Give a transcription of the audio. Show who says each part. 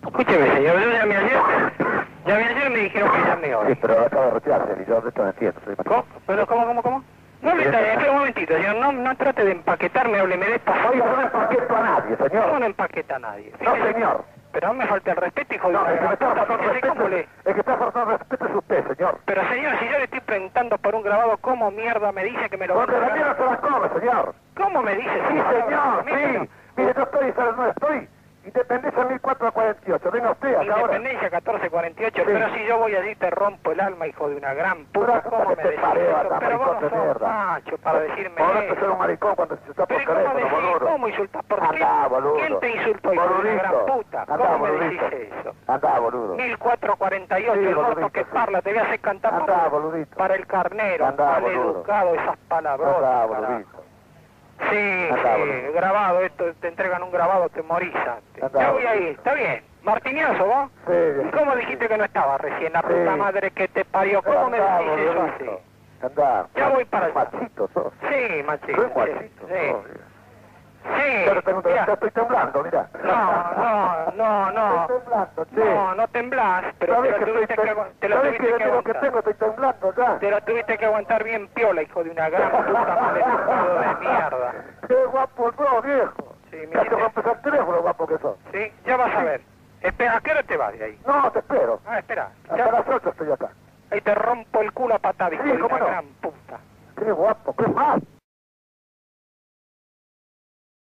Speaker 1: Escúcheme, señor Luna, me ayer, ya me ayer me dijeron que llame
Speaker 2: Sí,
Speaker 1: ahora.
Speaker 2: pero acaba de retirarse, y yo de esto no entiendo. Soy
Speaker 1: ¿Cómo? ¿Pero cómo, cómo, cómo? No me
Speaker 2: Sí.
Speaker 1: trae, espera un momentito, señor, no, no trate de empaquetarme, hábleme de esta
Speaker 2: Oiga,
Speaker 1: forma.
Speaker 2: no empaqueto a nadie,
Speaker 1: No,
Speaker 2: señor.
Speaker 1: no empaqueta a nadie.
Speaker 2: No,
Speaker 1: Fíjese,
Speaker 2: señor.
Speaker 1: Pero no me falta el respeto, hijo de
Speaker 2: No,
Speaker 1: la
Speaker 2: el que me
Speaker 1: gran
Speaker 2: está
Speaker 1: puta,
Speaker 2: faltando
Speaker 1: fíjese cómo
Speaker 2: respeto,
Speaker 1: le-
Speaker 2: el que está faltando respeto es usted, señor.
Speaker 1: Pero señor, si yo le estoy preguntando por un grabado, ¿cómo mierda me dice que me lo va a
Speaker 2: Porque la
Speaker 1: entregar?
Speaker 2: mierda se la come, señor.
Speaker 1: ¿Cómo me dice?
Speaker 2: Sí,
Speaker 1: esa palabra?
Speaker 2: señor,
Speaker 1: Permítame.
Speaker 2: sí. Mire, yo estoy, no estoy. Independencia 1448, venga usted hasta ahora.
Speaker 1: Independencia 1448,
Speaker 2: Sí.
Speaker 1: pero si yo voy allí te rompo el alma, hijo de una gran puta,
Speaker 2: Pero
Speaker 1: ¿cómo
Speaker 2: ¿cómo
Speaker 1: me
Speaker 2: te
Speaker 1: decís
Speaker 2: pareo,
Speaker 1: eso?
Speaker 2: anda,
Speaker 1: Pero vos
Speaker 2: maricón de
Speaker 1: sos
Speaker 2: mierda?
Speaker 1: macho para decirme
Speaker 2: Ahora
Speaker 1: eso.
Speaker 2: que soy un maricón cuando se está por
Speaker 1: Pero ¿cómo
Speaker 2: teléfono,
Speaker 1: decís?
Speaker 2: boludo.
Speaker 1: ¿Cómo insultás? ¿Por qué?
Speaker 2: Andá, boludo.
Speaker 1: ¿Quién te insultó, hijo de una gran
Speaker 2: Boludito.
Speaker 1: puta?
Speaker 2: Andá,
Speaker 1: ¿Cómo me
Speaker 2: boludito.
Speaker 1: decís eso?
Speaker 2: Andá, boludo.
Speaker 1: 1448,
Speaker 2: Sí,
Speaker 1: el gordo
Speaker 2: boludito,
Speaker 1: que
Speaker 2: sí.
Speaker 1: parla, te voy a hacer cantar
Speaker 2: Andá,
Speaker 1: para,
Speaker 2: boludito.
Speaker 1: para el carnero,
Speaker 2: Andá,
Speaker 1: mal
Speaker 2: boludo.
Speaker 1: educado, esas palabras.
Speaker 2: Andá, boludito.
Speaker 1: Sí,
Speaker 2: Andá,
Speaker 1: sí,
Speaker 2: boludo.
Speaker 1: grabado, esto te entregan un grabado, te morís antes.
Speaker 2: Andá,
Speaker 1: Yo voy ahí,
Speaker 2: boludo.
Speaker 1: está bien. Martiniazo, vos.
Speaker 2: Sí,
Speaker 1: ¿Y cómo dijiste que no estaba recién? La
Speaker 2: Sí.
Speaker 1: puta madre que te parió. ¿Cómo me
Speaker 2: Andá,
Speaker 1: decís eso así?
Speaker 2: boludito. Andá.
Speaker 1: Ya voy para allá.
Speaker 2: Machito sos.
Speaker 1: Sí, machito.
Speaker 2: Soy
Speaker 1: Sí.
Speaker 2: machito.
Speaker 1: sí.
Speaker 2: obvio.
Speaker 1: Sí,
Speaker 2: Pero tengo-
Speaker 1: mirá.
Speaker 2: ya estoy temblando, mira.
Speaker 1: No, no, no, no.
Speaker 2: Estoy temblando, che.
Speaker 1: No, no temblás, pero te
Speaker 2: ¿Sabes
Speaker 1: lo
Speaker 2: que
Speaker 1: tuviste
Speaker 2: estoy
Speaker 1: que, agu- te lo
Speaker 2: ¿sabes
Speaker 1: tuviste que
Speaker 2: que de lo que
Speaker 1: aguantar.
Speaker 2: tengo estoy temblando ya?
Speaker 1: Te lo tuviste que aguantar bien piola, hijo de una gran puta maleducado de mierda.
Speaker 2: Qué guapo sos, viejo.
Speaker 1: Sí, me
Speaker 2: Ya te
Speaker 1: hiciste-
Speaker 2: va a empezar el teléfono, guapo que sos.
Speaker 1: Sí, ya vas a ver. Espera, ¿a qué hora te vas de ahí?
Speaker 2: No, te espero.
Speaker 1: Ah, espera.
Speaker 2: Hasta
Speaker 1: Ya,
Speaker 2: las 8 estoy acá.
Speaker 1: ahí te rompo el culo a patada, hijo
Speaker 2: Sí,
Speaker 1: de una
Speaker 2: cómo no.
Speaker 1: gran puta.
Speaker 2: Qué guapo, qué más.